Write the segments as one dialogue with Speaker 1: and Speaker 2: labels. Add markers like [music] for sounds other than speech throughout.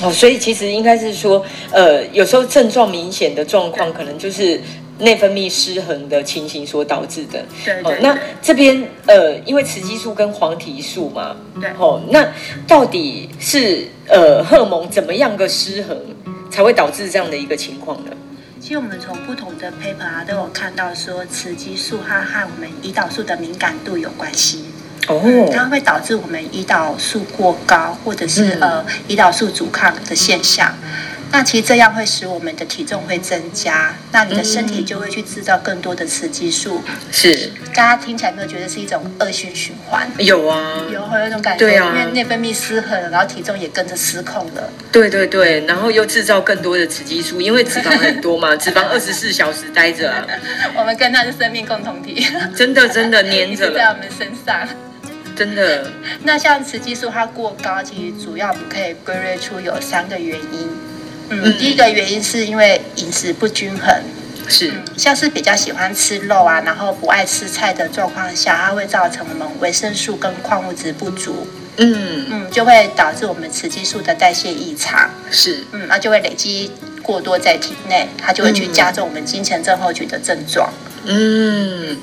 Speaker 1: 哦，所以其实应该是说，呃，有时候症状明显的状况，可能就是内分泌失衡的情形所导致的。
Speaker 2: 对
Speaker 1: 哦
Speaker 2: 对，
Speaker 1: 那
Speaker 2: 对
Speaker 1: 这边呃，因为雌激素跟黄体素嘛，
Speaker 2: 对
Speaker 1: 哦，那到底是呃荷尔蒙怎么样个失衡才会导致这样的一个情况呢？
Speaker 2: 其实我们从不同的 paper 啊都有看到说，雌激素它和我们胰岛素的敏感度有关系。它
Speaker 1: 哦，
Speaker 2: 会导致我们胰岛素过高，或者是、
Speaker 1: 嗯
Speaker 2: 呃胰岛素阻抗的现象。那其实这样会使我们的体重会增加，那你的身体
Speaker 1: 嗯
Speaker 2: 就会去制造更多的雌激素。
Speaker 1: 是
Speaker 2: 大家听起来有没有觉得是一种恶性循环？
Speaker 1: 有啊，
Speaker 2: 有会有一种感觉，
Speaker 1: 对啊
Speaker 2: 因为内分泌失衡了，然后体重也跟着失控了。
Speaker 1: 对对对，然后又制造更多的雌激素，因为脂肪很多嘛， [laughs] 脂肪二十四小时待着啊，
Speaker 2: 我们跟它是生命共同体，
Speaker 1: 真的真的粘
Speaker 2: [laughs] 一
Speaker 1: 着
Speaker 2: 直在
Speaker 1: 了，
Speaker 2: 我们身上。
Speaker 1: 真的
Speaker 2: 那像雌激素它过高，其实主要不可以归类出有三个原因。嗯，
Speaker 1: 嗯
Speaker 2: 第一个原因是因为饮食不均衡，
Speaker 1: 是
Speaker 2: 嗯，像是比较喜欢吃肉啊，然后不爱吃菜的状况下，它会造成我们维生素跟矿物质不足，
Speaker 1: 嗯
Speaker 2: 嗯，就会导致我们雌激素的代谢异常，
Speaker 1: 是
Speaker 2: 嗯，那就会累积过多在体内，它就会去
Speaker 1: 嗯
Speaker 2: 加重我们经前症候群的症状。
Speaker 1: 嗯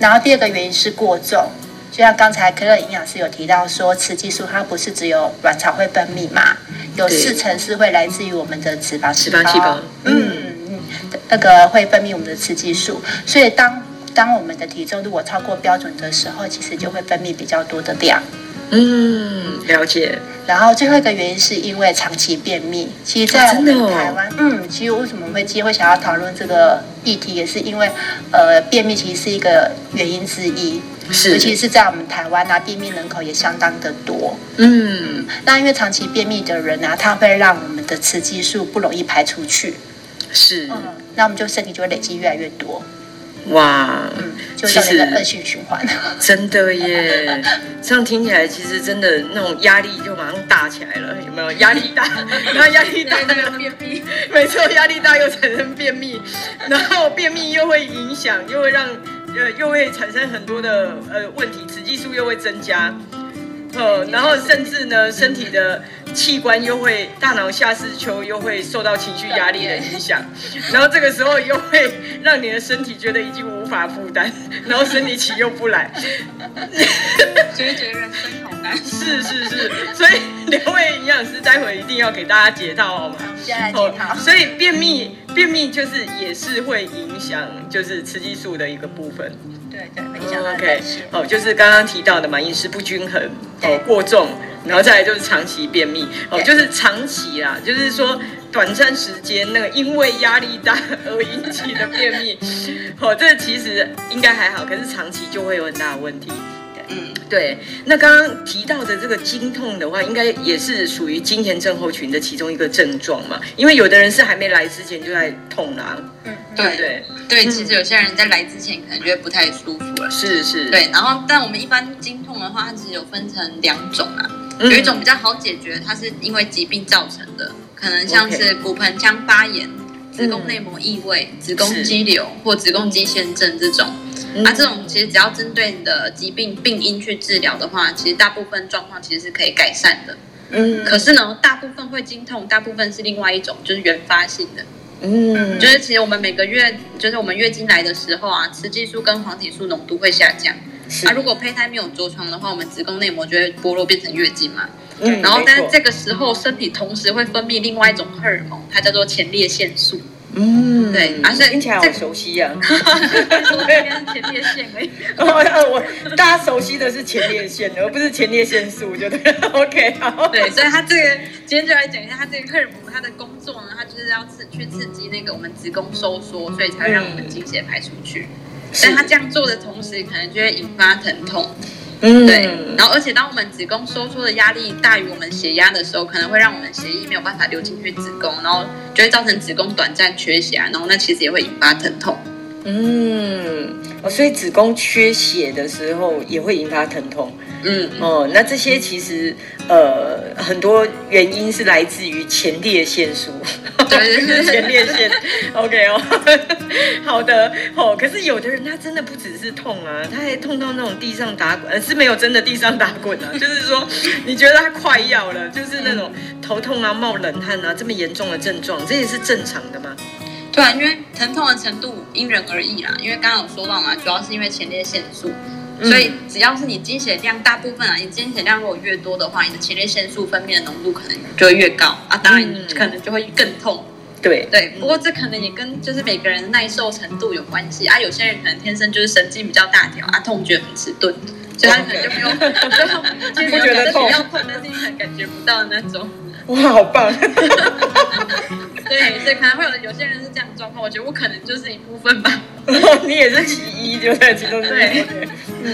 Speaker 2: 然后第二个原因是过重，就像刚才可乐营养师有提到说，雌激素它不是只有卵巢会分泌嘛，有
Speaker 1: 对
Speaker 2: 四成是会来自于我们的脂肪细胞。
Speaker 1: 脂肪细胞
Speaker 2: 嗯嗯，那个会分泌我们的雌激素，所以当当我们的体重如果超过标准的时候，其实就会分泌比较多的量。
Speaker 1: 嗯，了解
Speaker 2: 然后最后一个原因是因为长期便秘。其实，在
Speaker 1: 啊
Speaker 2: 我
Speaker 1: 真的
Speaker 2: 们
Speaker 1: 哦
Speaker 2: 台湾，嗯，其实为什么会今天会想要讨论这个议题，也是因为，呃，便秘其实是一个原因之一。尤
Speaker 1: 是
Speaker 2: 其是在我们台湾啊，便秘人口也相当的多。
Speaker 1: 嗯
Speaker 2: 那因为长期便秘的人啊，它会让我们的雌激素不容易排出去，
Speaker 1: 是
Speaker 2: 嗯，那我们就身体就会累积越来越多，
Speaker 1: 哇，
Speaker 2: 嗯，就造成一
Speaker 1: 其
Speaker 2: 个
Speaker 1: 实
Speaker 2: 恶性循
Speaker 1: [laughs]
Speaker 2: 环。
Speaker 1: 真的耶！这样听起来，其实真的那种压力就马上大起来了，有没有？压力大，然后 [laughs] 压力大那个便 [laughs] 秘，没错，压力大又产生便秘，然后便秘又会影响，又会让呃又会产生很多的呃问题，雌激素又会增加，呃，然后甚至呢身体的器官又会大脑下视丘又会受到情绪压力的影响，然后这个时候又会让你的身体觉得已经无法负担，然后生理期又不来。 [laughs]
Speaker 3: 只是觉得人生好难。
Speaker 1: 是是是，所以 [laughs] 两位营养师待会一定要给大家解套好吗？
Speaker 2: 现在检讨，
Speaker 1: 哦所以便秘便秘就是也是会影响就是雌激素的一个部分。
Speaker 2: 对对，没嗯想到
Speaker 1: OK，
Speaker 2: 代谢。
Speaker 1: 哦，就是刚刚提到的嘛，饮食不均衡，
Speaker 2: 对
Speaker 1: 哦，过重，然后再来就是长期便秘，哦，
Speaker 2: 对
Speaker 1: 就是长期啦，就是说短暂时间那个因为压力大而引起的便
Speaker 2: [laughs]
Speaker 1: 秘，哦，这其实应该还好，可是长期就会有很大的问题。
Speaker 3: 嗯，
Speaker 1: 对，那刚刚提到的这个经痛的话，应该也是属于经前症候群的其中一个症状嘛？因为有的人是还没来之前就在痛啦、
Speaker 2: 嗯，
Speaker 1: 对不
Speaker 3: 对
Speaker 1: 对？
Speaker 3: 对，其实有些人在来之前可能觉得不太舒服了。
Speaker 1: 是是，，
Speaker 3: 对，然后但我们一般经痛的话，它其实有分成两种啊，
Speaker 1: 嗯
Speaker 3: 有一种比较好解决，它是因为疾病造成的，可能像
Speaker 1: OK 嗯
Speaker 3: 是骨盆腔发炎、子宫内膜异位、子宫肌瘤或子宫肌腺症这种。
Speaker 1: 嗯
Speaker 3: 啊，这种其实只要针对你的疾病病因去治疗的话，其实大部分状况其实是可以改善的。
Speaker 1: 嗯
Speaker 3: 可是呢，大部分会经痛，大部分是另外一种，就是原发性的。
Speaker 1: 嗯
Speaker 3: 就是其实我们每个月，就是我们月经来的时候啊，雌激素跟黄体素浓度会下降。
Speaker 1: 是
Speaker 3: 啊，如果胚胎没有着床的话，我们子宫内膜就会剥落变成月经嘛。
Speaker 1: 嗯
Speaker 3: 然后
Speaker 1: 没，
Speaker 3: 但是
Speaker 1: 错
Speaker 3: 这个时候身体同时会分泌另外一种荷尔蒙，它叫做前列腺 [laughs] 素。
Speaker 1: 嗯
Speaker 3: 对啊而且
Speaker 1: 听起来
Speaker 3: 这
Speaker 1: 好
Speaker 3: 个
Speaker 1: 熟悉呀、
Speaker 3: 应该是前列腺而已。
Speaker 1: 哦呃 [laughs] 我大家熟悉的是前列腺，而不是前列腺素，就对了。OK，好， [laughs]
Speaker 3: 对，所以它这个今天就来讲一下它这个荷尔蒙它的工作呢，它就是要刺去刺激那个我们子宫收缩，所以才会让我们经血排出去。但它这样做的同时，可能就会引发疼痛。
Speaker 1: 嗯
Speaker 3: 对，然后而且当我们子宫收缩的压力大于我们血压的时候，可能会让我们血液没有办法流进去子宫，然后就会造成子宫短暂缺血啊，然后那其实也会引发疼痛。
Speaker 1: 嗯，哦，所以子宫缺血的时候也会引发疼痛。
Speaker 3: 嗯，
Speaker 1: 哦，那这些其实呃很多原因是来自于前列腺素，对 [laughs] 对，前列腺。OK 哦，好的哦。可是有的人他真的不只是痛啊，他还痛到那种地上打滚，呃是没有真的地上打滚啊，就是说你觉得他快要了，就是那种头痛啊、冒冷汗啊这么严重的症状，这也是正常的吗？
Speaker 3: 对啊，因为疼痛的程度因人而异啦。因为刚刚有说到嘛，主要是因为前列腺素，
Speaker 1: 嗯
Speaker 3: 所以只要是你经血量，大部分啊，你经血量如果越多的话，你的前列腺素分泌的浓度可能就会越高啊，当然
Speaker 1: 嗯
Speaker 3: 你可能就会更痛。
Speaker 1: 对
Speaker 3: 对，不过这可能也跟就是每个人耐受程度有关系啊。有些人可能天生就是神经比较大条啊，痛觉很迟钝，所以他可能就没有
Speaker 1: [laughs]
Speaker 3: [laughs]
Speaker 1: 不
Speaker 3: 就
Speaker 1: 觉得痛
Speaker 3: 比较痛，但是你可能感觉不到那种。
Speaker 1: 哇，好棒！ [laughs]
Speaker 3: 对，所以可能会有有些人是这样的状况，我觉得我可能就是一部分吧。
Speaker 1: 你也是其一，对不对？其中之一
Speaker 3: 对。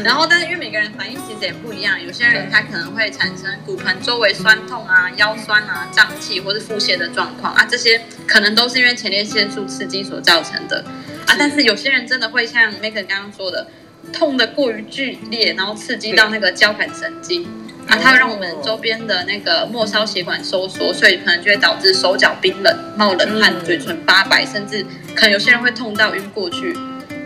Speaker 3: 然后，但是因为每个人反应其实也不一样，有些人他可能会产生骨盆周围酸痛啊、腰酸啊、胀气或是腹泻的状况啊，这些可能都是因为前列腺素刺激所造成的啊。但是有些人真的会像 Megan 刚刚说的，痛的过于剧烈，然后刺激到那个交感神经啊，它会让我们周边的那个末梢血管收缩，所以可能就会导致手脚冰冷、冒冷汗
Speaker 1: 嗯、
Speaker 3: 嘴唇发白，甚至可能有些人会痛到晕过去。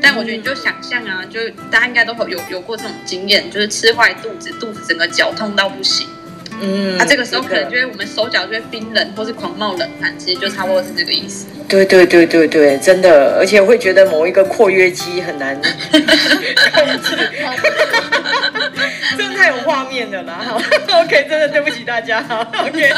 Speaker 3: 但我觉得你就想象啊，就大家应该都会有有过这种经验，就是吃坏肚子，肚子整个绞痛到不行。
Speaker 1: 嗯
Speaker 3: 啊那、这个时候可能
Speaker 1: 这
Speaker 3: 就会我们手脚就会冰冷，或是狂冒冷汗，其实就差不多是这个意思。
Speaker 1: 对对对对对，真的，而且会觉得某一个括约肌很难 [laughs] 控制，真的太有画面了啦。 [laughs] 好 OK，真的对不起大家。 [laughs] 好 OK。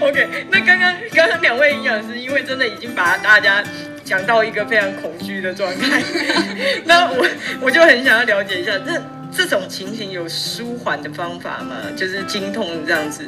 Speaker 1: OK，那刚刚刚刚两位营养师，因为真的已经把大家讲到一个非常恐惧的状态， [laughs] 那我我就很想要了解一下，这这种情形有舒缓的方法吗？就是经痛这样子，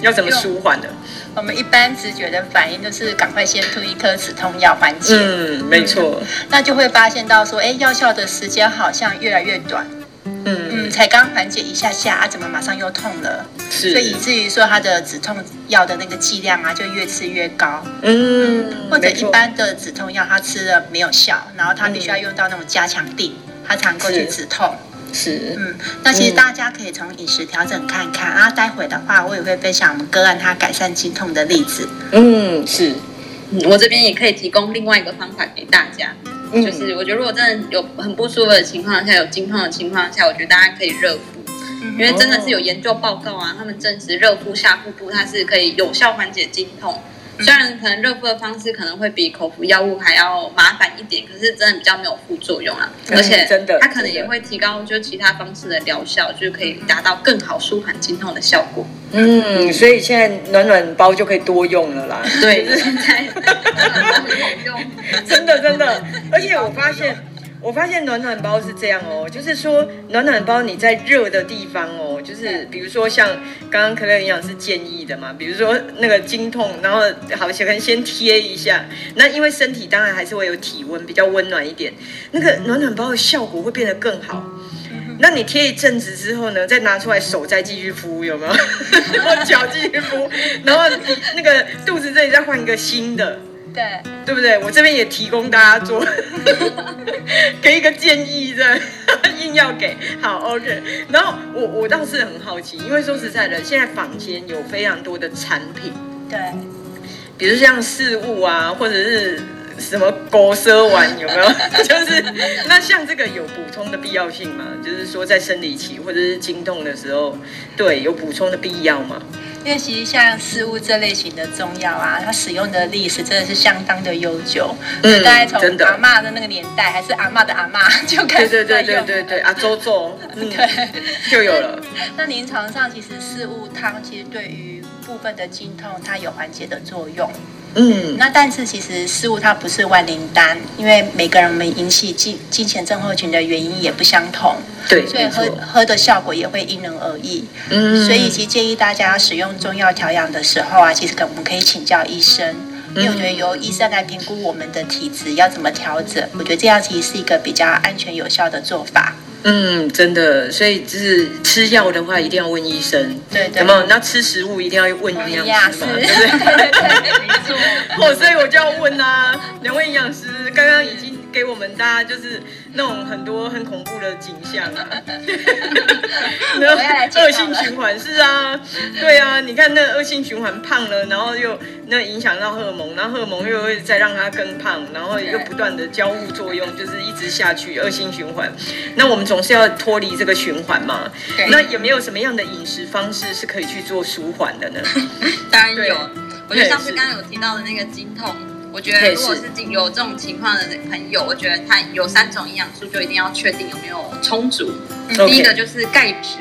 Speaker 1: 要怎么舒缓的？
Speaker 2: 我们一般直觉的反应就是赶快先吞一颗止痛药缓解，
Speaker 1: 嗯，没错，
Speaker 2: 那就会发现到说，哎，药效的时间好像越来越短，
Speaker 1: 嗯
Speaker 2: 嗯，才刚缓解一下下，啊，怎么马上又痛了？
Speaker 1: 是，
Speaker 2: 所以以至于说它的止痛药的那个剂量啊，就越吃越高，
Speaker 1: 嗯，
Speaker 2: 或者
Speaker 1: 没
Speaker 2: 一
Speaker 1: 错，
Speaker 2: 般的止痛药它吃了没有效，然后它必须要用到那种加强定，它才能够去
Speaker 1: 是
Speaker 2: 止痛。
Speaker 1: 是，
Speaker 2: 嗯，那其实
Speaker 1: 嗯
Speaker 2: 大家可以从饮食调整看看，然后待会的话，我也会分享我们个案它改善经痛的例子。
Speaker 1: 嗯是，
Speaker 3: 我这边也可以提供另外一个方法给大家，
Speaker 1: 嗯
Speaker 3: 就是我觉得如果真的有很不舒服的情况下，有经痛的情况下，我觉得大家可以热敷，
Speaker 2: 嗯
Speaker 3: 因为真的是有研究报告啊，他们证实热敷下腹部它是可以有效缓解经痛。
Speaker 2: 嗯
Speaker 3: 虽然可能热敷的方式可能会比口服药物还要麻烦一点，可是真的比较没有副作用啊，
Speaker 1: 嗯
Speaker 3: 而且
Speaker 1: 真的
Speaker 3: 它可能
Speaker 1: 真的
Speaker 3: 也会提高就其他方式的疗效，就可以达到更好舒缓经痛的效果。
Speaker 1: 嗯，所以现在暖暖包就可以多用了啦，
Speaker 3: 对，
Speaker 1: [laughs]
Speaker 3: 现在 [laughs] 很好用。
Speaker 1: 真的真的，而且我发现，我发现暖暖包是这样哦，就是说暖暖包你在热的地方哦，就是比如说像刚刚可乐营养师建议的嘛，比如说那个经痛，然后好可能先贴一下，那因为身体当然还是会有体温，比较温暖一点，那个暖暖包的效果会变得更好。 [laughs] 那你贴一阵子之后呢，再拿出来手再继续敷，有没 [laughs] 有？然后脚继续敷，然后那个肚子这里再换一个新的，
Speaker 2: 对，
Speaker 1: 对不对？我这边也提供大家做， [laughs] 给一个建议，这样 [laughs] 硬要给好 OK。然后我我倒是很好奇，因为说实在的，现在坊间有非常多的产品，
Speaker 2: 对，
Speaker 1: 比如像事物啊，或者是什么狗蛇丸，有没 [laughs] 有？就是那像这个有补充的必要性吗？就是说在生理期或者是经痛的时候，对有补充的必要吗？
Speaker 2: 因为其实像事物这类型的中药啊，它使用的历史真的是相当的悠久，
Speaker 1: 嗯
Speaker 2: 大概从
Speaker 1: 真
Speaker 2: 阿
Speaker 1: 的。
Speaker 2: 嬷的那个年代，还是阿嬷的阿嬷 [laughs] 就开
Speaker 1: 对对对
Speaker 2: 始在
Speaker 1: 对
Speaker 2: 用
Speaker 1: 对对，啊，周周，嗯，
Speaker 2: [laughs] 对，
Speaker 1: 就有了，
Speaker 2: 那临床上其实四物汤其实对于部分的经痛它有缓解的作用。
Speaker 1: 嗯，
Speaker 2: 那但是其实事物它不是万灵丹，因为每个人我们引起经经前症候群的原因也不相同，
Speaker 1: 对，
Speaker 2: 所以
Speaker 1: 嗯没
Speaker 2: 喝
Speaker 1: 错，
Speaker 2: 喝的效果也会因人而异。
Speaker 1: 嗯
Speaker 2: 所以其实建议大家使用中药调养的时候啊，其实可我们可以请教医生，
Speaker 1: 嗯
Speaker 2: 因为我觉得由医生来评估我们的体质要怎么调整，我觉得这样其实是一个比较安全有效的做法。
Speaker 1: 嗯，真的，所以就是吃药的话，一定要问医生，
Speaker 2: 对对
Speaker 1: 有没有？那吃食物一定要问营养师嘛，
Speaker 2: 哦
Speaker 1: 对
Speaker 2: 营养
Speaker 1: 不
Speaker 2: 师
Speaker 1: 对？
Speaker 3: 没
Speaker 1: [laughs]
Speaker 3: 错，
Speaker 1: 哦，所以我就要问啊，两位营养师刚刚已经给我们大家就是那种很多很恐怖的景象
Speaker 3: [laughs]
Speaker 1: 啊，
Speaker 2: 我要来介绍了
Speaker 1: 恶性循环是啊，对啊，你看那恶性循环胖了，然后又那影响到荷尔蒙，然后荷尔蒙又会再让它更胖，然后又不断的交互作用，就是一直下去恶性循环。那我们总是要脱离这个循环嘛，
Speaker 3: 对
Speaker 1: 那有没有什么样的饮食方式是可以去做舒缓
Speaker 3: [laughs]
Speaker 1: 的呢？
Speaker 3: 当然
Speaker 1: 对
Speaker 3: 有，我觉得上
Speaker 1: 对
Speaker 3: 次
Speaker 1: 是
Speaker 3: 刚刚有提到的那个经痛，我觉
Speaker 1: 对
Speaker 3: 得如果
Speaker 1: 是
Speaker 3: 是经有这种情况的朋友，我觉得他有三种营养素就一定要确定有没有充足。
Speaker 1: 嗯 OK
Speaker 3: 嗯第一个嗯就是钙质，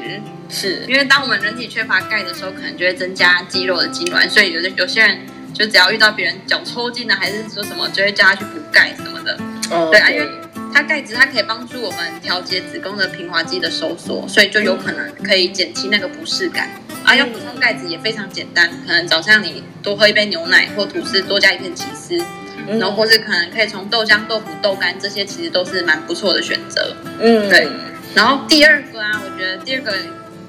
Speaker 1: 是
Speaker 3: 因为当我们人体缺乏钙的时候，可能就会增加肌肉的痉挛，所以有的有些人就只要遇到别人脚抽筋了，啊还是说什么，就会叫他去补钙什么的。
Speaker 1: 哦
Speaker 3: 对啊，因为它钙质它可以帮助我们调节子宫的平滑肌的收缩，所以就有可能可以减轻那个不适感。啊，要补充钙质也非常简单，可能早上你多喝一杯牛奶或吐司，多加一片起司，
Speaker 1: 嗯
Speaker 3: 然后或是可能可以从豆浆、豆腐、豆干这些其实都是蛮不错的选择。
Speaker 1: 嗯
Speaker 3: 对然后第二个啊，我觉得第二个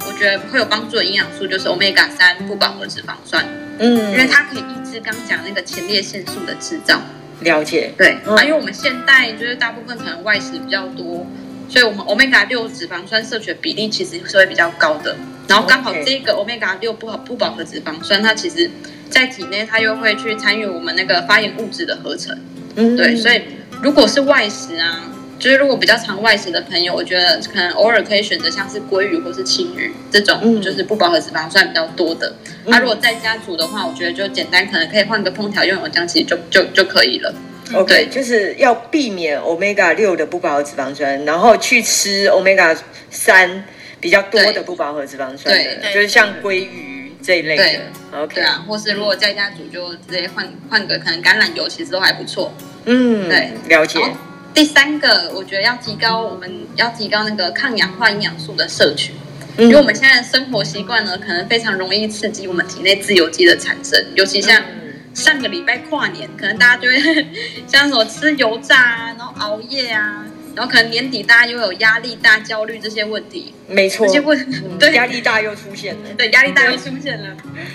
Speaker 3: 我觉得会有帮助的营养素就是 omega 三不饱和脂肪酸，
Speaker 1: 嗯
Speaker 3: 因为它可以抑制刚讲那个前列腺素的制造。
Speaker 1: 了解
Speaker 3: 对，
Speaker 1: 嗯
Speaker 3: 啊，因为我们现代就是大部分可能外食比较多，所以我们 omega 六脂肪酸摄取比例其实是会比较高的。然后刚好
Speaker 1: OK
Speaker 3: 这个 omega 六不好不饱和脂肪酸，它其实在体内它又会去参与我们那个发炎物质的合成。
Speaker 1: 嗯
Speaker 3: 对，所以如果是外食啊，就是如果比较常外食的朋友，我觉得可能偶尔可以选择像是鲑鱼或是青鱼这种，
Speaker 1: 嗯
Speaker 3: 就是不饱和脂肪酸比较多的。那、如果在家煮的话，我觉得就简单，可能可以换个烹调用油浆，其实就就就可以了。
Speaker 1: 嗯 OK，
Speaker 3: 对
Speaker 1: 就是要避免 omega 六的不饱和脂肪酸，然后去吃 omega 三比较多的
Speaker 3: 对
Speaker 1: 不饱和脂肪酸
Speaker 3: 对
Speaker 1: 的，
Speaker 2: 对
Speaker 1: 就是像鲑鱼这一类
Speaker 3: 对
Speaker 1: 的。OK，
Speaker 3: 对啊，或是如果在家煮，就直接换换个可能橄榄油，其实都还不错。
Speaker 1: 嗯，
Speaker 3: 对，
Speaker 1: 了解
Speaker 3: 然。后第三个，我觉得要提高我们要提高那个抗氧化营养素的摄取，
Speaker 1: 因
Speaker 3: 因为我们现在的生活习惯呢，可能非常容易刺激我们体内自由基的产生，尤其像
Speaker 1: 嗯
Speaker 3: 上个礼拜跨年，可能大家就会 [laughs] 像什么吃油炸啊，然后熬夜啊，然后可能年底大家又有压力大、焦虑这些问题，
Speaker 1: 没错
Speaker 3: 这，些问
Speaker 1: 嗯
Speaker 3: 对
Speaker 1: 压力大又出现了。
Speaker 3: 对，压力大又出现了。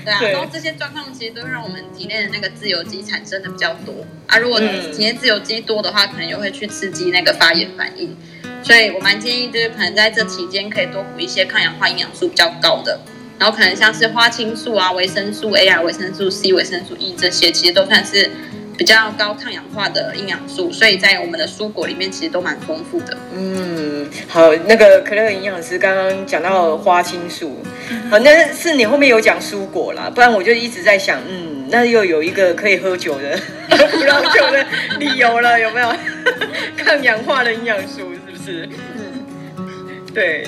Speaker 3: 对啊，
Speaker 1: 对
Speaker 3: 然后这些状况其实都会让我们体内的那个自由基产生的比较多啊。如果
Speaker 1: 嗯
Speaker 3: 体内自由基多的话，可能又会去刺激那个发炎反应。所以我蛮建议，就是可能在这期间可以多补一些抗氧化营养素比较高的，然后可能像是花青素啊、维生素 A 啊、维生素 C、维生素 E 这些，其实都算是比较高抗氧化的营养素，所以在我们的蔬果里面其实都蛮丰富的。
Speaker 1: 嗯，好，那个可乐营养师刚刚讲到花青素，
Speaker 2: 嗯
Speaker 1: 好，那是你后面有讲蔬果啦，不然我就一直在想，嗯，那又有一个可以喝酒的 [laughs] 葡萄酒的理由了，有没
Speaker 2: [laughs]
Speaker 1: 有？抗氧化的营养素是不是？
Speaker 2: 嗯
Speaker 1: 对，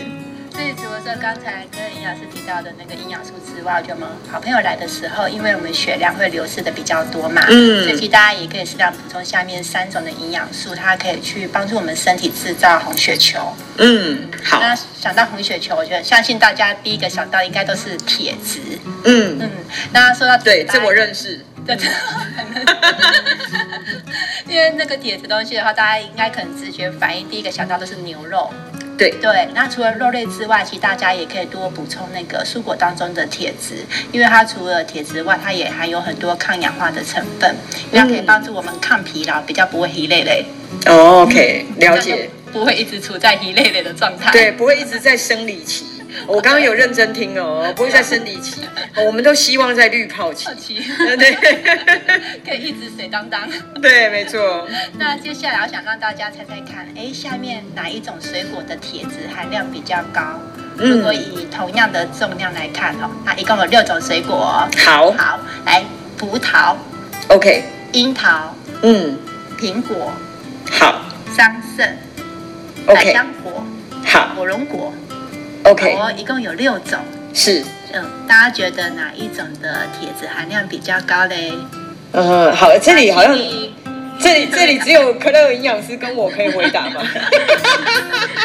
Speaker 2: 所以除了这刚才跟营养师提到的那个营养素之外，就我们好朋友来的时候，因为我们血量会流失的比较多嘛，
Speaker 1: 嗯
Speaker 2: 所以其实大家也可以适当补充下面三种的营养素，它可以去帮助我们身体制造红血球。
Speaker 1: 嗯，好，
Speaker 2: 那想到红血球，我觉得相信大家第一个想到应该都是铁质。
Speaker 1: 嗯，
Speaker 2: 嗯，那说到铁
Speaker 1: 对，
Speaker 2: 大家
Speaker 1: 这我认识，
Speaker 2: 对， [laughs] 因为那个铁质东西的话，大家应该可能直觉反应第一个想到的是牛肉。
Speaker 1: 对
Speaker 2: 对，那除了肉类之外，其实大家也可以多补充那个蔬果当中的铁质，因为它除了铁质外，它也含有很多抗氧化的成分，因为它可
Speaker 1: 嗯
Speaker 2: 以帮助我们抗疲劳，比较不会疲累累，
Speaker 1: 哦，OK，了
Speaker 2: 这样
Speaker 1: 解
Speaker 2: 就，不会一直处在疲累累的状态。
Speaker 1: 对，不会一直在生理期。我刚刚有认真听哦，不会在生理期，
Speaker 2: 嗯
Speaker 1: 我们都希望在绿泡期
Speaker 2: 好，奇，
Speaker 1: 对呃对。
Speaker 2: 可以一直水当当。
Speaker 1: 对，没错。
Speaker 2: 那接下来我想让大家猜猜看，哎，下面哪一种水果的铁质含量比较高？
Speaker 1: 嗯
Speaker 2: 如果以同样的重量来看哦，那一共有六种水果、哦。
Speaker 1: 好
Speaker 2: 好，来，葡萄、
Speaker 1: ，OK，
Speaker 2: 樱桃、
Speaker 1: 嗯，
Speaker 2: 苹果、
Speaker 1: 好
Speaker 2: 桑葚、百
Speaker 1: ，OK，
Speaker 2: 香果、
Speaker 1: 好
Speaker 2: 火龙果，
Speaker 1: ，OK，
Speaker 2: 哦，一共有六种。
Speaker 1: 是，
Speaker 2: 嗯，大家觉得哪一种的铁质含量比较高嘞？
Speaker 1: 嗯，好，这里好像
Speaker 2: 那请你
Speaker 1: 这里这里只有可乐营养师跟我可以回答
Speaker 2: [laughs]
Speaker 1: 嘛。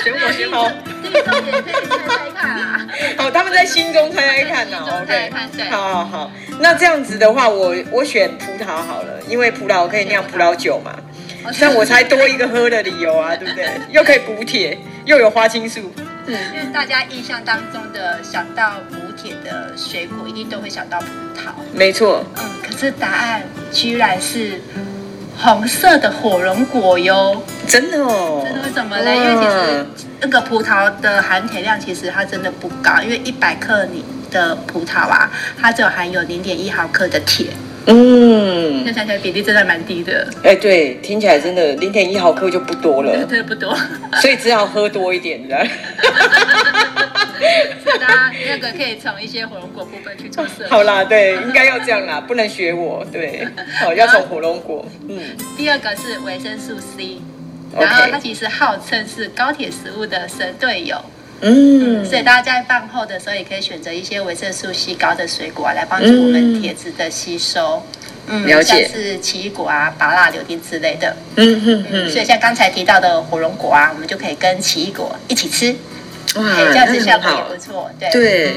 Speaker 1: 选我选好，
Speaker 2: 听众也可以猜猜看
Speaker 1: [laughs]
Speaker 2: 啊。
Speaker 1: 好，他们在心中猜猜看呐、
Speaker 2: 心中猜猜
Speaker 1: OK，
Speaker 2: 看对
Speaker 1: 好好好，那这样子的话，我我选葡萄好了，因为葡萄可以酿葡萄酒
Speaker 2: [laughs]
Speaker 1: 嘛，这样我才多一个喝的理由啊，对不对？又可以补铁，又有花青素，
Speaker 2: 因为大家印象当中的想到补铁的水果，一定都会想到葡萄。
Speaker 1: 没错，
Speaker 2: 嗯，可是答案居然是红色的火龙果哟。
Speaker 1: 真的哦
Speaker 2: 这是为什么呢？因为其实那个葡萄的含铁量其实它真的不高，因为一百克你的葡萄啊，它只有含有零点一毫克的铁，
Speaker 1: 嗯
Speaker 2: 那，想起来比例真的蛮低的，
Speaker 1: 哎、对，听起来真的零点一毫克就不多了
Speaker 2: [laughs] 真，的不多。
Speaker 1: 所以只好喝多一点
Speaker 2: [laughs]
Speaker 1: 的。
Speaker 2: 所以大家那个可以从一些火龙果部分去做摄取。
Speaker 1: 好啦，对，应该要这样啦，不能学我。
Speaker 2: [laughs]
Speaker 1: 对，好，要从火龙果，嗯
Speaker 2: 第二个是维生素 C，
Speaker 1: OK
Speaker 2: 然后它其实号称是高铁食物的神队友，
Speaker 1: 嗯，
Speaker 2: 所以大家在饭后的时候也可以选择一些维生素 C 高的水果啊来帮助我们铁质的吸收。嗯
Speaker 1: 了解
Speaker 2: 像是奇异果啊、芭乐、柳丁之类的。
Speaker 1: 嗯哼哼，
Speaker 2: 所以像刚才提到的火龙果啊，我们就可以跟奇异果一起吃，
Speaker 1: 哇，
Speaker 2: 哎这样子
Speaker 1: 嗯那
Speaker 2: 效
Speaker 1: 很
Speaker 2: 果也
Speaker 1: 好
Speaker 2: 不，错。对，
Speaker 1: 对，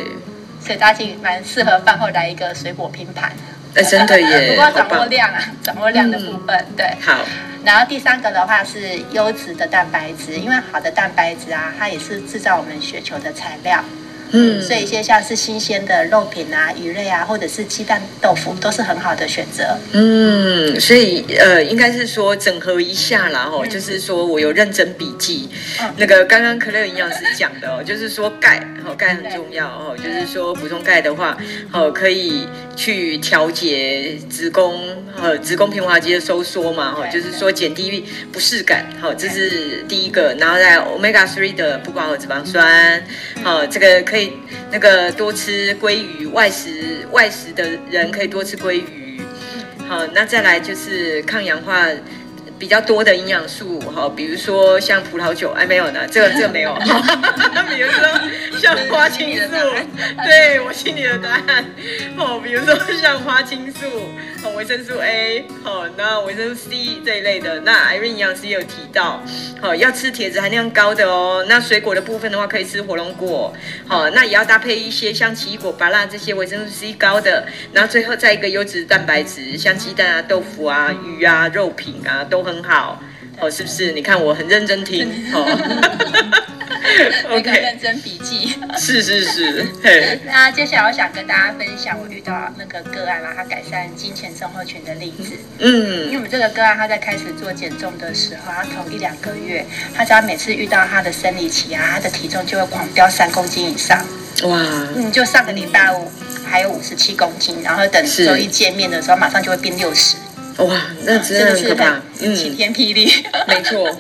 Speaker 2: 所以大家其实蛮适合饭后来一个水果拼盘。
Speaker 1: 哎，真的
Speaker 2: 不
Speaker 1: 耶，
Speaker 2: 过
Speaker 1: 好
Speaker 2: 要掌握
Speaker 1: 棒，嗯
Speaker 2: 量啊，掌握量的部分，对。
Speaker 1: 好，
Speaker 2: 然后第三个的话是优质的蛋白质，因为好的蛋白质啊，它也是制造我们血球的材料，
Speaker 1: 嗯，
Speaker 2: 所以一些像是新鲜的肉品啊、鱼类啊，或者是鸡蛋、豆腐，都是很好的选择。
Speaker 1: 嗯，所以呃，应该是说整合一下啦，哦，就是说我有认真笔记。
Speaker 2: 嗯
Speaker 1: 那个刚刚可乐营养师讲的哦，就是说钙，哦，钙很重要哦，就是说补充钙的话，哦，可以去调节子宫呃子宫平滑肌的收缩嘛，哦，
Speaker 2: 对
Speaker 1: 就是说减低不适感，好、这是第一个。然后在 omega three 的不饱和脂肪酸，好、这个可以那个多吃鲑鱼，外食外食的人可以多吃鲑鱼。
Speaker 2: 嗯
Speaker 1: 好，那再来就是抗氧化比较多的营养素，哈，比如说像葡萄酒，哎，没有呢，这个这个没有， [laughs] 比如说像花青素，对我心里的答案，哦，比如说像花青素，哦，维生素 A，哦，那维生素 C 这一类的，那 Irene 营养师也有提到，哦，要吃铁质含量高的哦，那水果的部分的话，可以吃火龙果，好，哦那也要搭配一些像奇异果、芭乐这些维生素 C 高的，然后最后再一个优质蛋白质，像鸡蛋啊、豆腐啊、鱼啊、肉品啊都很好。哦，是不是？你看我很认真听哦。
Speaker 2: 那个
Speaker 1: OK，
Speaker 2: 认真笔记。
Speaker 1: 是是是，嘿，
Speaker 2: [laughs] 那接下来我想跟大家分享我遇到那个个案啊，他改善金钱症候群的例子。因为
Speaker 1: 嗯
Speaker 2: 我们这个个案，他在开始做减重的时候，他头一两个月，他只要每次遇到他的生理期啊，他的体重就会狂飙三公斤以上。
Speaker 1: 哇，
Speaker 2: 嗯，就上个礼拜五还有五十七公斤，然后等
Speaker 1: 是
Speaker 2: 周一见面的时候，马上就会变六十，
Speaker 1: 哇，那啊真的
Speaker 2: 嗯的
Speaker 1: 很可
Speaker 2: 是
Speaker 1: 怕
Speaker 2: 很。晴
Speaker 1: 嗯，
Speaker 2: 天霹雳。
Speaker 1: 没错，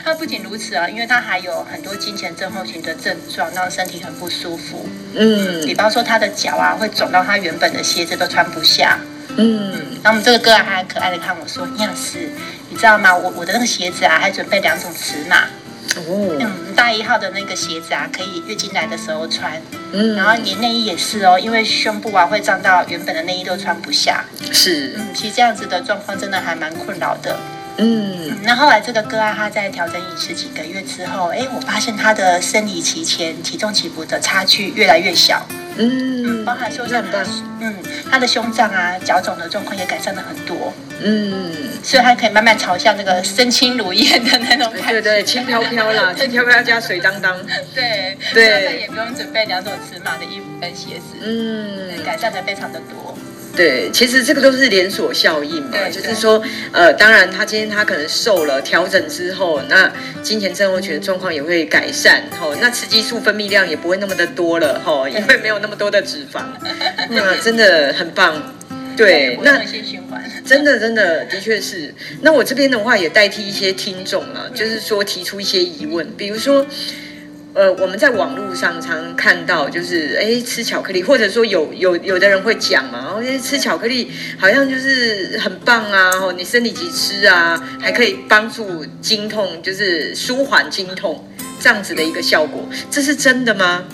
Speaker 2: [laughs] 他不仅如此啊，因为他还有很多金钱症候群的症状，让身体很不舒服。比
Speaker 1: 嗯
Speaker 2: 方说他的脚啊会肿到他原本的鞋子都穿不下。
Speaker 1: 嗯，
Speaker 2: 然后我们这个个案还很可爱的看我说，营养师，你知道吗？我我的那个鞋子啊，还准备两种尺码。
Speaker 1: 哦，
Speaker 2: 嗯，大一号的那个鞋子啊，可以月经来的时候穿。然后
Speaker 1: 嗯，
Speaker 2: 你内衣也是哦，因为胸部啊会胀到原本的内衣都穿不下。
Speaker 1: 是，
Speaker 2: 嗯，其实这样子的状况真的还蛮困扰的。
Speaker 1: 嗯
Speaker 2: 那后来这个个案他在调整饮食几个月之后，哎，我发现他的生理期前体重起伏的差距越来越小，
Speaker 1: 嗯，
Speaker 2: 包含说
Speaker 1: 那
Speaker 2: 像
Speaker 1: 很
Speaker 2: 他
Speaker 1: 棒
Speaker 2: 的，嗯他的胸胀啊、脚肿的状况也改善了很多，
Speaker 1: 嗯。
Speaker 2: 所以他可以慢慢朝向那个身轻如燕的那种感觉。
Speaker 1: 对对，轻飘飘啦，轻飘飘加水当当，
Speaker 2: 对
Speaker 1: 对
Speaker 2: 所以他也不用准备两种尺码的衣服跟鞋子，
Speaker 1: 嗯，
Speaker 2: 改善的非常的多。
Speaker 1: 对，其实这个都是连锁效应嘛，
Speaker 2: 对
Speaker 1: 就是
Speaker 2: 对
Speaker 1: 说，呃，当然他今天他可能瘦了，调整之后，那金钱症候群的状况也会改善，吼、那雌激素分泌量也不会那么的多了，吼、因为没有那么多的脂肪，那真的很棒。对，
Speaker 2: 我
Speaker 1: 那
Speaker 2: 有些循环。 [laughs]
Speaker 1: 真的，真的，的确是。那我这边的话也代替一些听众啊，就是说提出一些疑问，比如说，呃，我们在网络上常常看到，就是哎吃巧克力，或者说有有有的人会讲嘛，哦，哎吃巧克力好像就是很棒啊，哦，你生理期吃啊，还可以帮助经痛，就是舒缓经痛这样子的一个效果，这是真的吗？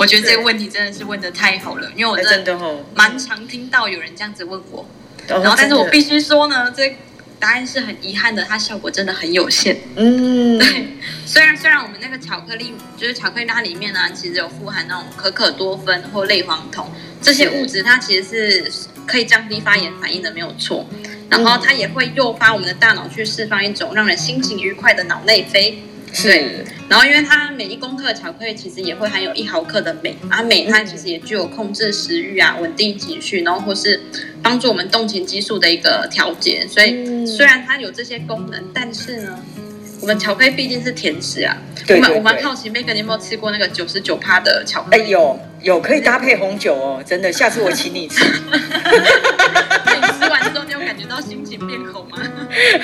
Speaker 3: 我觉得这个问题真的是问的太好了，因为我
Speaker 1: 哎
Speaker 3: 真
Speaker 1: 真
Speaker 3: 的
Speaker 1: 的哦，
Speaker 3: 蛮常听到有人这样子问我，
Speaker 1: 然
Speaker 3: 然后但是我必须说呢，这答案是很遗憾的，它效果真的很有限。
Speaker 1: 嗯，
Speaker 3: [laughs] 虽然虽然我们那个巧克力就是巧克力它里面呢、其实有富含那种可可多酚或类黄酮这些物质，它其实是可以降低发炎反应的，没有错。然后它也会诱发我们的大脑去释放一种让人心情愉快的脑内啡。
Speaker 1: 是，
Speaker 3: 然后，因为它每一公克的巧克力其实也会含有一毫克的镁，啊，镁它其实也具有控制食欲啊、稳定情绪，然后或是帮助我们动情激素的一个调节。所以，
Speaker 1: 嗯
Speaker 3: 虽然它有这些功能，但是呢，我们巧克力毕竟是甜食啊，
Speaker 1: 对对
Speaker 3: 我蛮我蛮
Speaker 1: 对
Speaker 3: 好奇 Megan 你有没有吃过那个九十九趴的巧克
Speaker 1: 哎、
Speaker 3: 力？
Speaker 1: 有有可以搭配红酒哦，真的，下次我请你吃。
Speaker 3: 那你吃完之后，你有感觉到心情变好吗？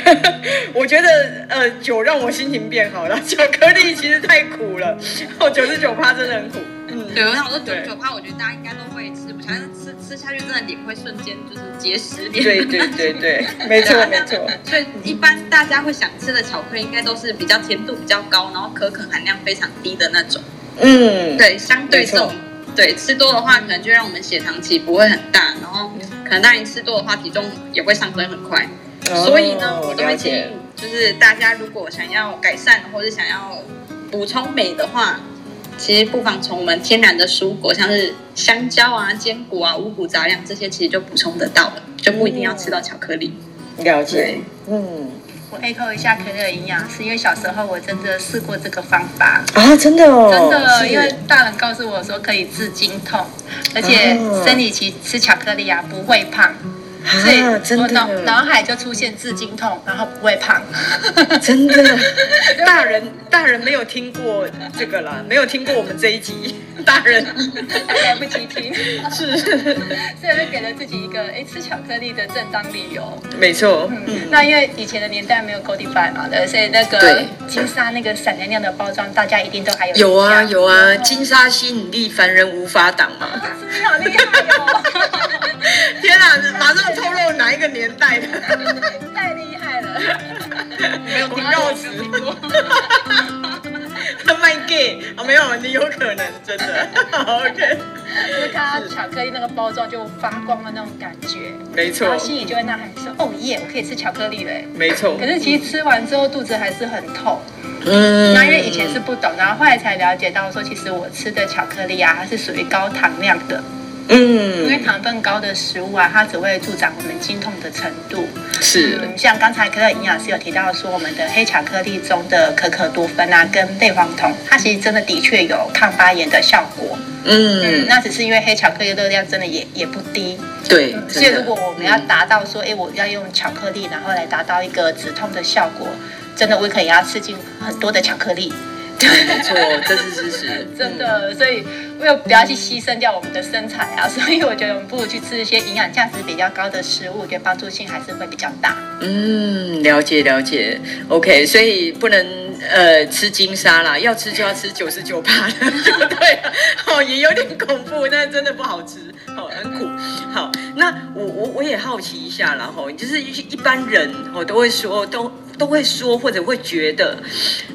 Speaker 1: [laughs] 我觉得呃，酒让我心情变好了， [laughs] 巧克力其实太苦了，我九十九趴真的很苦。嗯，
Speaker 3: 对，我想说九
Speaker 1: 对
Speaker 3: 十九趴，我觉得大家应该都会吃不下，但是吃吃下去真的脸会瞬间就是结石脸。
Speaker 1: 对对对对，没错没错。
Speaker 3: 嗯所以一般大家会想吃的巧克力，应该都是比较甜度比较高，然后可可含量非常低的那种。
Speaker 1: 嗯，
Speaker 3: 对，相对这
Speaker 1: 没
Speaker 3: 种，对吃多的话，可能就让我们血糖起伏会很大，然后可能当然吃多的话，体重也会上升很快。
Speaker 1: 哦
Speaker 3: 所以呢，我都
Speaker 1: 了
Speaker 3: 会建
Speaker 1: 解
Speaker 3: 议，就是大家如果想要改善或者想要补充镁的话，其实不妨从我们天然的蔬果，像是香蕉啊、坚果啊、五谷杂粮这些，其实就补充得到了，就不一定要吃到巧克力。
Speaker 1: 了解
Speaker 3: 对。
Speaker 1: 嗯
Speaker 2: 我 echo 一下可乐营养师，因为小时候我真的试过这个方法，
Speaker 1: 啊，真的哦，
Speaker 2: 真的，
Speaker 1: 是
Speaker 2: 因为大人告诉我说可以治经痛，而且
Speaker 1: 哦
Speaker 2: 生理期吃巧克力啊不会胖，所以
Speaker 1: 啊，真
Speaker 2: 我脑脑
Speaker 1: 的
Speaker 2: 海就出现治经痛，然后不会
Speaker 1: [laughs]
Speaker 2: 胖。
Speaker 1: 真的，大人大人没有听过这个啦，没有听过我们这一集，大人
Speaker 2: 来不及听，
Speaker 1: 是
Speaker 2: 所以就给了自己一个哎吃巧克力的正当理由。
Speaker 1: 没错，
Speaker 2: 嗯，
Speaker 1: 嗯，
Speaker 2: 那因为以前的年代没有 Goldify 嘛，对，所以那个
Speaker 1: 对
Speaker 2: 金沙那个闪亮亮的包装，大家一定都还有
Speaker 1: 有啊
Speaker 2: 印象
Speaker 1: 有啊，
Speaker 2: 哦
Speaker 1: 金沙吸引力，凡人无法挡嘛。
Speaker 2: [laughs] 你好厉害哦， [laughs]
Speaker 1: 天啊，马上透露哪一个年代的？
Speaker 2: 太厉害了，
Speaker 1: 没有听到词。他卖 gay 啊、没有，你有可能真的。OK， [laughs]
Speaker 2: 就是看到巧克力那个包装就发光的那种感觉，
Speaker 1: 没
Speaker 2: 然后
Speaker 1: 错，
Speaker 2: 心里就会呐喊说哦耶，我可以吃巧克力了。
Speaker 1: 没错。
Speaker 2: 可是其实吃完之后肚子还是很痛，
Speaker 1: 嗯
Speaker 2: 那因为以前是不懂，然后后来才了解到说，其实我吃的巧克力啊，它是属于高糖量的，因为
Speaker 1: 嗯
Speaker 2: 糖分高的食物啊，它只会助长我们经痛的程度。
Speaker 1: 是
Speaker 2: 嗯，像刚才可乐营养师有提到说，我们的黑巧克力中的可可多酚啊，跟类黄酮，它其实真的的确有抗发炎的效果。嗯，
Speaker 1: 嗯
Speaker 2: 那只是因为黑巧克力热量真的也也不低，
Speaker 1: 对
Speaker 2: 嗯，所以
Speaker 1: 真的
Speaker 2: 如果我们要达到说，哎、我要用巧克力，然后来达到一个止痛的效果，真的我可能要吃进很多的巧克力。
Speaker 1: 没错，这是事实，
Speaker 2: [laughs] 真的，所以为了不要去牺牲掉我们的身材啊，所以我觉得我们不如去吃一些营养价值比较高的食物，我觉得帮助性还是会比较大。
Speaker 1: 嗯，了解了解，OK，所以不能呃吃金沙啦，要吃就要吃九十九趴的， [laughs] 就对了，哦，也有点恐怖，但是真的不好吃，哦，很苦。好，那我我我也好奇一下啦，吼、就是一一般人哦都会说都。都会说或者会觉得，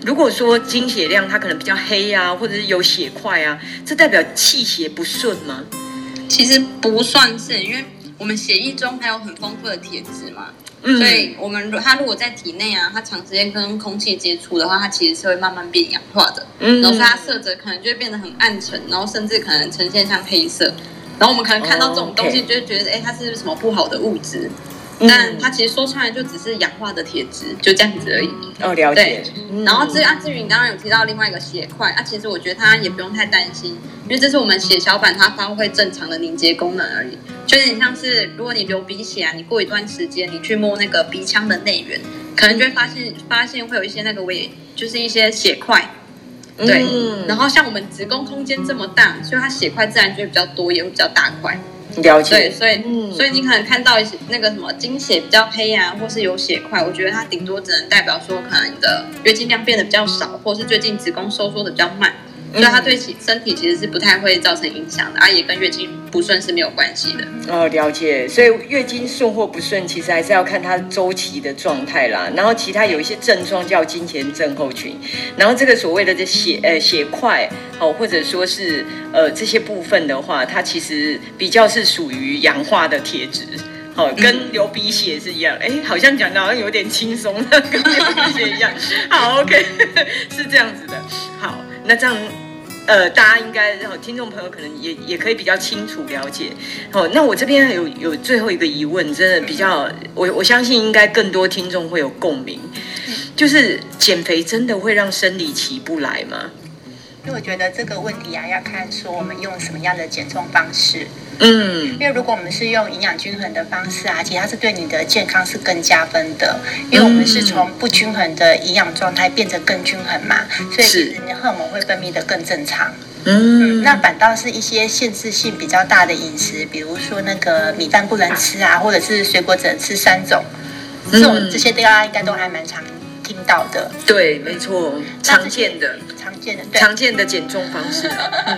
Speaker 1: 如果说经血量它可能比较黑啊，或者是有血块啊，这代表气血不顺吗？
Speaker 3: 其实不算是，因为我们血液中还有很丰富的铁质嘛，
Speaker 1: 嗯
Speaker 3: 所以我们如它如果在体内啊，它长时间跟空气接触的话，它其实是会慢慢变氧化的，
Speaker 1: 嗯
Speaker 3: 然后所以它色泽可能就会变得很暗沉，然后甚至可能呈现像黑色。然后我们可能看到这种东
Speaker 1: 哦
Speaker 3: 西，
Speaker 1: ，OK
Speaker 3: 就会觉得，哎、它是不是什么不好的物质？
Speaker 1: 嗯
Speaker 3: 但它其实说穿来就只是氧化的铁质，就这样子而已。
Speaker 1: 哦了解
Speaker 3: 对，
Speaker 1: 嗯
Speaker 3: 然后至啊，至于你刚刚有提到另外一个血块，啊，其实我觉得它也不用太担心，因为这是我们血小板它发挥正常的凝结功能而已。就有点像是如果你流鼻血啊，你过一段时间你去摸那个鼻腔的内缘，可能就会发现发现会有一些那个微，就是一些血块。对，
Speaker 1: 嗯
Speaker 3: 然后像我们子宫空间这么大，所以它血块自然就会比较多，也会比较大块。
Speaker 1: 了解，
Speaker 3: 对，所以、
Speaker 1: 嗯
Speaker 3: 所以你可能看到一些那个什么经血比较黑啊，或是有血块，我觉得它顶多只能代表说可能你的月经量变得比较少，或是最近子宫收缩的比较慢，所以它对其身体其实是不太会造成影响的，啊，也跟月经不顺是没有关系的。
Speaker 1: 哦，了解。所以月经顺或不顺，其实还是要看它周期的状态啦。然后其他有一些症状叫经前症候群，然后这个所谓的这血呃血块哦，或者说是呃这些部分的话，它其实比较是属于氧化的铁质。哦，跟流鼻血是一样，哎、好像讲的好像有点轻松，跟流鼻血一样。 [laughs] 好，OK，是这样子的。好，那这样，呃，大家应该，然后听众朋友可能也也可以比较清楚了解。好，那我这边还有有最后一个疑问，真的比较，我我相信应该更多听众会有共鸣，就是减肥真的会让生理期不来吗？
Speaker 2: 因为我觉得这个问题啊，要看说我们用什么样的减重方式。
Speaker 1: 嗯
Speaker 2: 因为如果我们是用营养均衡的方式啊，其实它是对你的健康是更加分的，因为我们
Speaker 1: 嗯
Speaker 2: 是从不均衡的营养状态变成更均衡嘛，所
Speaker 1: 是
Speaker 2: 以其实你的荷尔蒙会分泌的更正常。
Speaker 1: 嗯，
Speaker 2: 那反倒是一些限制性比较大的饮食，比如说那个米饭不能吃啊，或者是水果只能吃三种，这种
Speaker 1: 嗯
Speaker 2: 这些大家应该都还蛮常听到的，
Speaker 1: 对，没错，常见的
Speaker 2: 常见的对。
Speaker 1: 常见的减重方式啊，
Speaker 2: [laughs]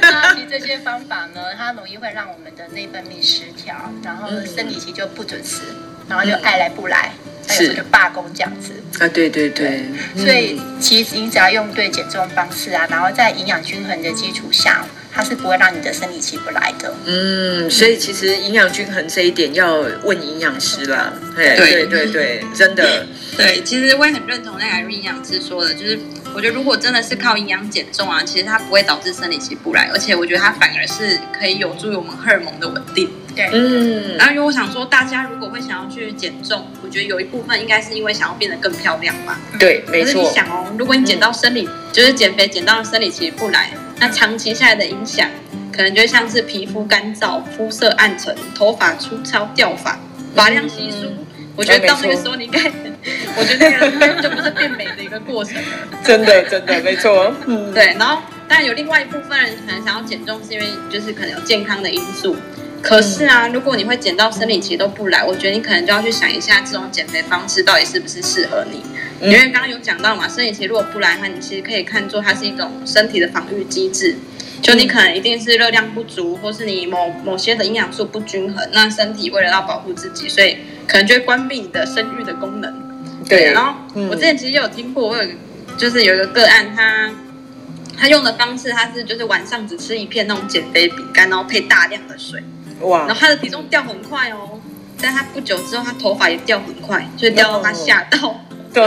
Speaker 2: 那其实这些方法呢，它容易会让我们的内分泌失调，然后
Speaker 1: 嗯
Speaker 2: 身体其实就不准时，然后就爱来不来，那有时
Speaker 1: 是
Speaker 2: 候
Speaker 1: 嗯
Speaker 2: 就罢工这样子。
Speaker 1: 啊对对对，
Speaker 2: 所以其实你只要用对减重方式啊，然后在营养均衡的基础下，它是不会让你的生理期不来的。
Speaker 1: 嗯，所以其实营养均衡这一点要问营养师啦，哎，对
Speaker 3: 对
Speaker 1: 对对，真的，
Speaker 3: 对，其实我也很认同那个营养师说的，就是我觉得如果真的是靠营养减重啊，其实它不会导致生理期不来，而且我觉得它反而是可以有助于我们荷尔蒙的稳定。
Speaker 1: 嗯
Speaker 3: 然后因为我想说，大家如果会想要去减重，我觉得有一部分应该是因为想要变得更漂亮吧。
Speaker 1: 对，没
Speaker 3: 可是你
Speaker 1: 错，
Speaker 3: 想哦，如果你减到生理，就是减肥减到生理期不来，那长期下来的影响，可能就像是皮肤干燥、肤色暗沉、头发粗糙、掉发、发
Speaker 1: 嗯
Speaker 3: 量稀疏。我
Speaker 1: 哎
Speaker 3: 觉得到那个时候，你应该， [laughs] 我觉得那个应该就不是变美的一个过程了。
Speaker 1: 真的真的没错，嗯，
Speaker 3: 对，然后当然有另外一部分人可能想要减重，是因为就是可能有健康的因素。可是啊，
Speaker 1: 嗯
Speaker 3: 如果你会减到生理期都不来，我觉得你可能就要去想一下这种减肥方式到底是不是适合你。
Speaker 1: 嗯
Speaker 3: 因为刚刚有讲到嘛，生理期如果不来的话，你其实可以看作它是一种身体的防御机制。就
Speaker 1: 嗯
Speaker 3: 你可能一定是热量不足，或是你某某些的营养素不均衡，那身体为了要保护自己，所以可能就会关闭你的生育的功能。
Speaker 1: 对，嗯
Speaker 3: 然后我之前其实也有听过，我有一个就是有一个个案，他他用的方式，他是就是晚上只吃一片那种减肥饼干，然后配大量的水，
Speaker 1: 嗯
Speaker 3: 然后
Speaker 1: 哇，
Speaker 3: 他的体重掉很快哦，但他不久之后他头发也掉很快，所以掉到他吓到，
Speaker 1: 对，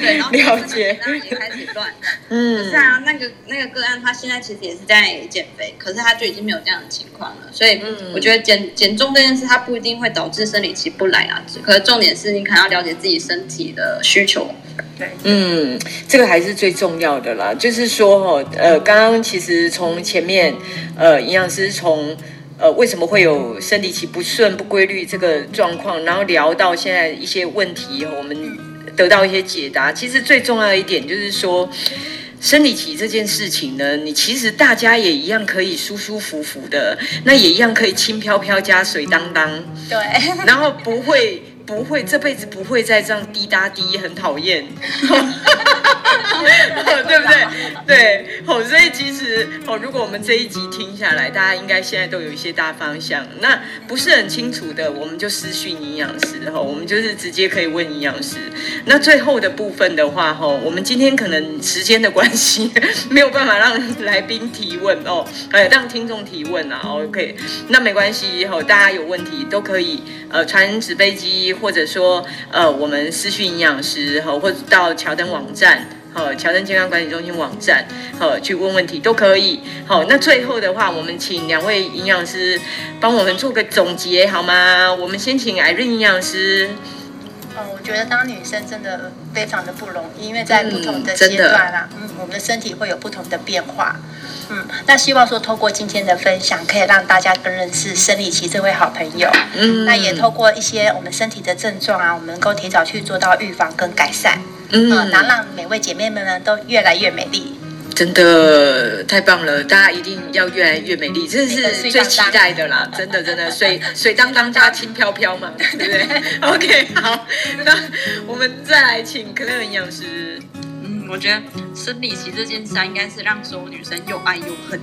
Speaker 3: 对，然后
Speaker 1: 哦了解
Speaker 3: 然后也开始
Speaker 1: [laughs]
Speaker 3: 乱。
Speaker 1: 嗯，
Speaker 3: 是啊，那个那个个案，他现在其实也是在减肥，可是他就已经没有这样的情况了。所以
Speaker 1: 嗯
Speaker 3: 我觉得减减重这件事，它不一定会导致生理期不来啊。只可是重点是你可能要了解自己身体的需求。
Speaker 1: 嗯，这个还是最重要的啦。就是说哦，呃，刚刚其实从前面，呃，营养师从呃为什么会有生理期不顺、不规律这个状况，然后聊到现在一些问题，哦我们得到一些解答。其实最重要的一点就是说。生理期这件事情呢，你其实大家也一样可以舒舒服服的，那也一样可以轻飘飘加水当当，
Speaker 2: 对，
Speaker 1: 然后不会不会这辈子不会再这样滴答滴，很讨厌， [laughs]
Speaker 2: [laughs]
Speaker 1: 对不对？对，哦，所以其实哦，如果我们这一集听下来，大家应该现在都有一些大方向。那不是很清楚的，我们就私讯营养师哈、哦，我们就是直接可以问营养师。那最后的部分的话哈、哦，我们今天可能时间的关系，没有办法让来宾提问哦，呃，让听众提问啊。哦 OK，那没关系哈、哦，大家有问题都可以呃传纸飞机，或者说呃我们私讯营养师哈、哦，或者到乔登网站。呃，乔登健康管理中心网站，呃，去问问题都可以。好，那最后的话，我们请两位营养师帮我们做个总结好吗？我们先请艾瑞营养师。
Speaker 2: 嗯，我觉得当女生真的非常的不容易，因为在不同的
Speaker 1: 嗯真
Speaker 2: 阶
Speaker 1: 的
Speaker 2: 段啊，嗯，我们的身体会有不同的变化。嗯，那希望说透过今天的分享，可以让大家更认识生理期这位好朋友。
Speaker 1: 嗯
Speaker 2: 那也透过一些我们身体的症状啊，我们能够提早去做到预防跟改善。嗯，
Speaker 1: 嗯
Speaker 2: 然后让每位姐妹们呢都越来越美丽。
Speaker 1: 真的太棒了，大家一定要越来越美丽，这是最期待的啦！真的真的，水水当当加轻飘飘嘛，对不对？OK，好，那我们再来请 Clare 营养师。
Speaker 3: 嗯，我觉得生理期这件事啊，应该是让所有女生又爱又恨，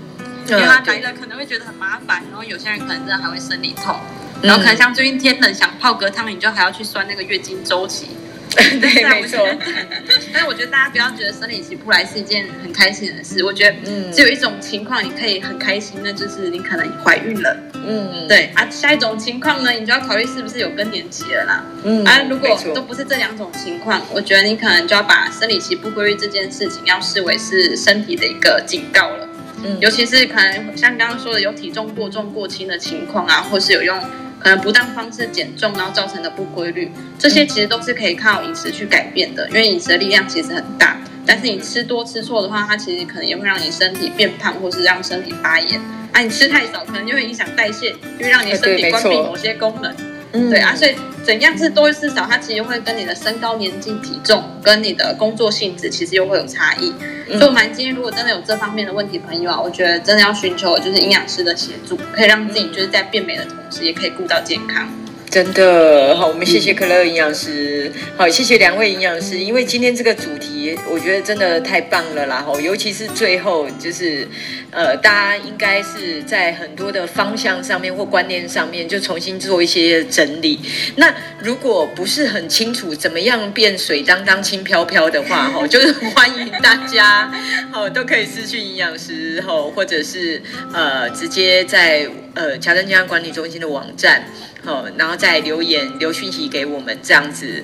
Speaker 3: 因
Speaker 1: 嗯
Speaker 3: 为她来
Speaker 1: 对
Speaker 3: 了可能会觉得很麻烦，然后有些人可能真的还会生理痛，
Speaker 1: 嗯
Speaker 3: 然后可能像最近天冷想泡个汤，你就还要去算那个月经
Speaker 1: [laughs]
Speaker 3: 周期。
Speaker 1: [laughs]
Speaker 3: 啊
Speaker 1: 对，没错，
Speaker 3: 但是我觉得大家不要觉得生理期不来是一件很开心的事，我觉得
Speaker 1: 嗯
Speaker 3: 只有一种情况你可以很开心，那就是你可能怀孕了，
Speaker 1: 嗯，
Speaker 3: 对啊，下一种情况呢，你就要考虑是不是有更年期了啦。
Speaker 1: 嗯
Speaker 3: 啊，如果
Speaker 1: 没错
Speaker 3: 都不是这两种情况，我觉得你可能就要把生理期不规律这件事情，要视为是身体的一个警告了。
Speaker 1: 嗯
Speaker 3: 尤其是可能像刚刚说的，有体重过重过轻的情况啊，或是有用可能不当方式减重，然后造成的不规律，
Speaker 1: 嗯
Speaker 3: 这些其实都是可以靠饮食去改变的，因为饮食的力量其实很大。但是你吃多吃错的话，它其实可能也会让你身体变胖，或是让身体发炎。啊，你吃太少可能就会影响代谢，就会让你的身
Speaker 1: 哎对
Speaker 3: 体
Speaker 1: 没
Speaker 3: 关
Speaker 1: 错
Speaker 3: 闭某些功能。
Speaker 1: 嗯
Speaker 3: 对啊，所以怎样是多是少，它其实会跟你的身高、年纪、体重跟你的工作性质其实又会有差异。
Speaker 1: 嗯
Speaker 3: 所以我蛮建议，如果真的有这方面的问题，朋友啊，我觉得真的要寻求就是营养师的协助，可以让自己
Speaker 1: 嗯
Speaker 3: 就是在变美的同时，也可以顾到健康。
Speaker 1: 真的好，我们谢谢可乐营养师，好，谢谢两位营养师，因为今天这个主题我觉得真的太棒了啦，吼，尤其是最后就是，呃，大家应该是在很多的方向上面或观念上面就重新做一些整理。那如果不是很清楚怎么样变水当当轻飘飘的话，吼， [laughs] 就是欢迎大家，好，都可以私讯营养师，吼，或者是呃直接在呃强生健康管理中心的网站。哦，然后再留言留讯息给我们这样子。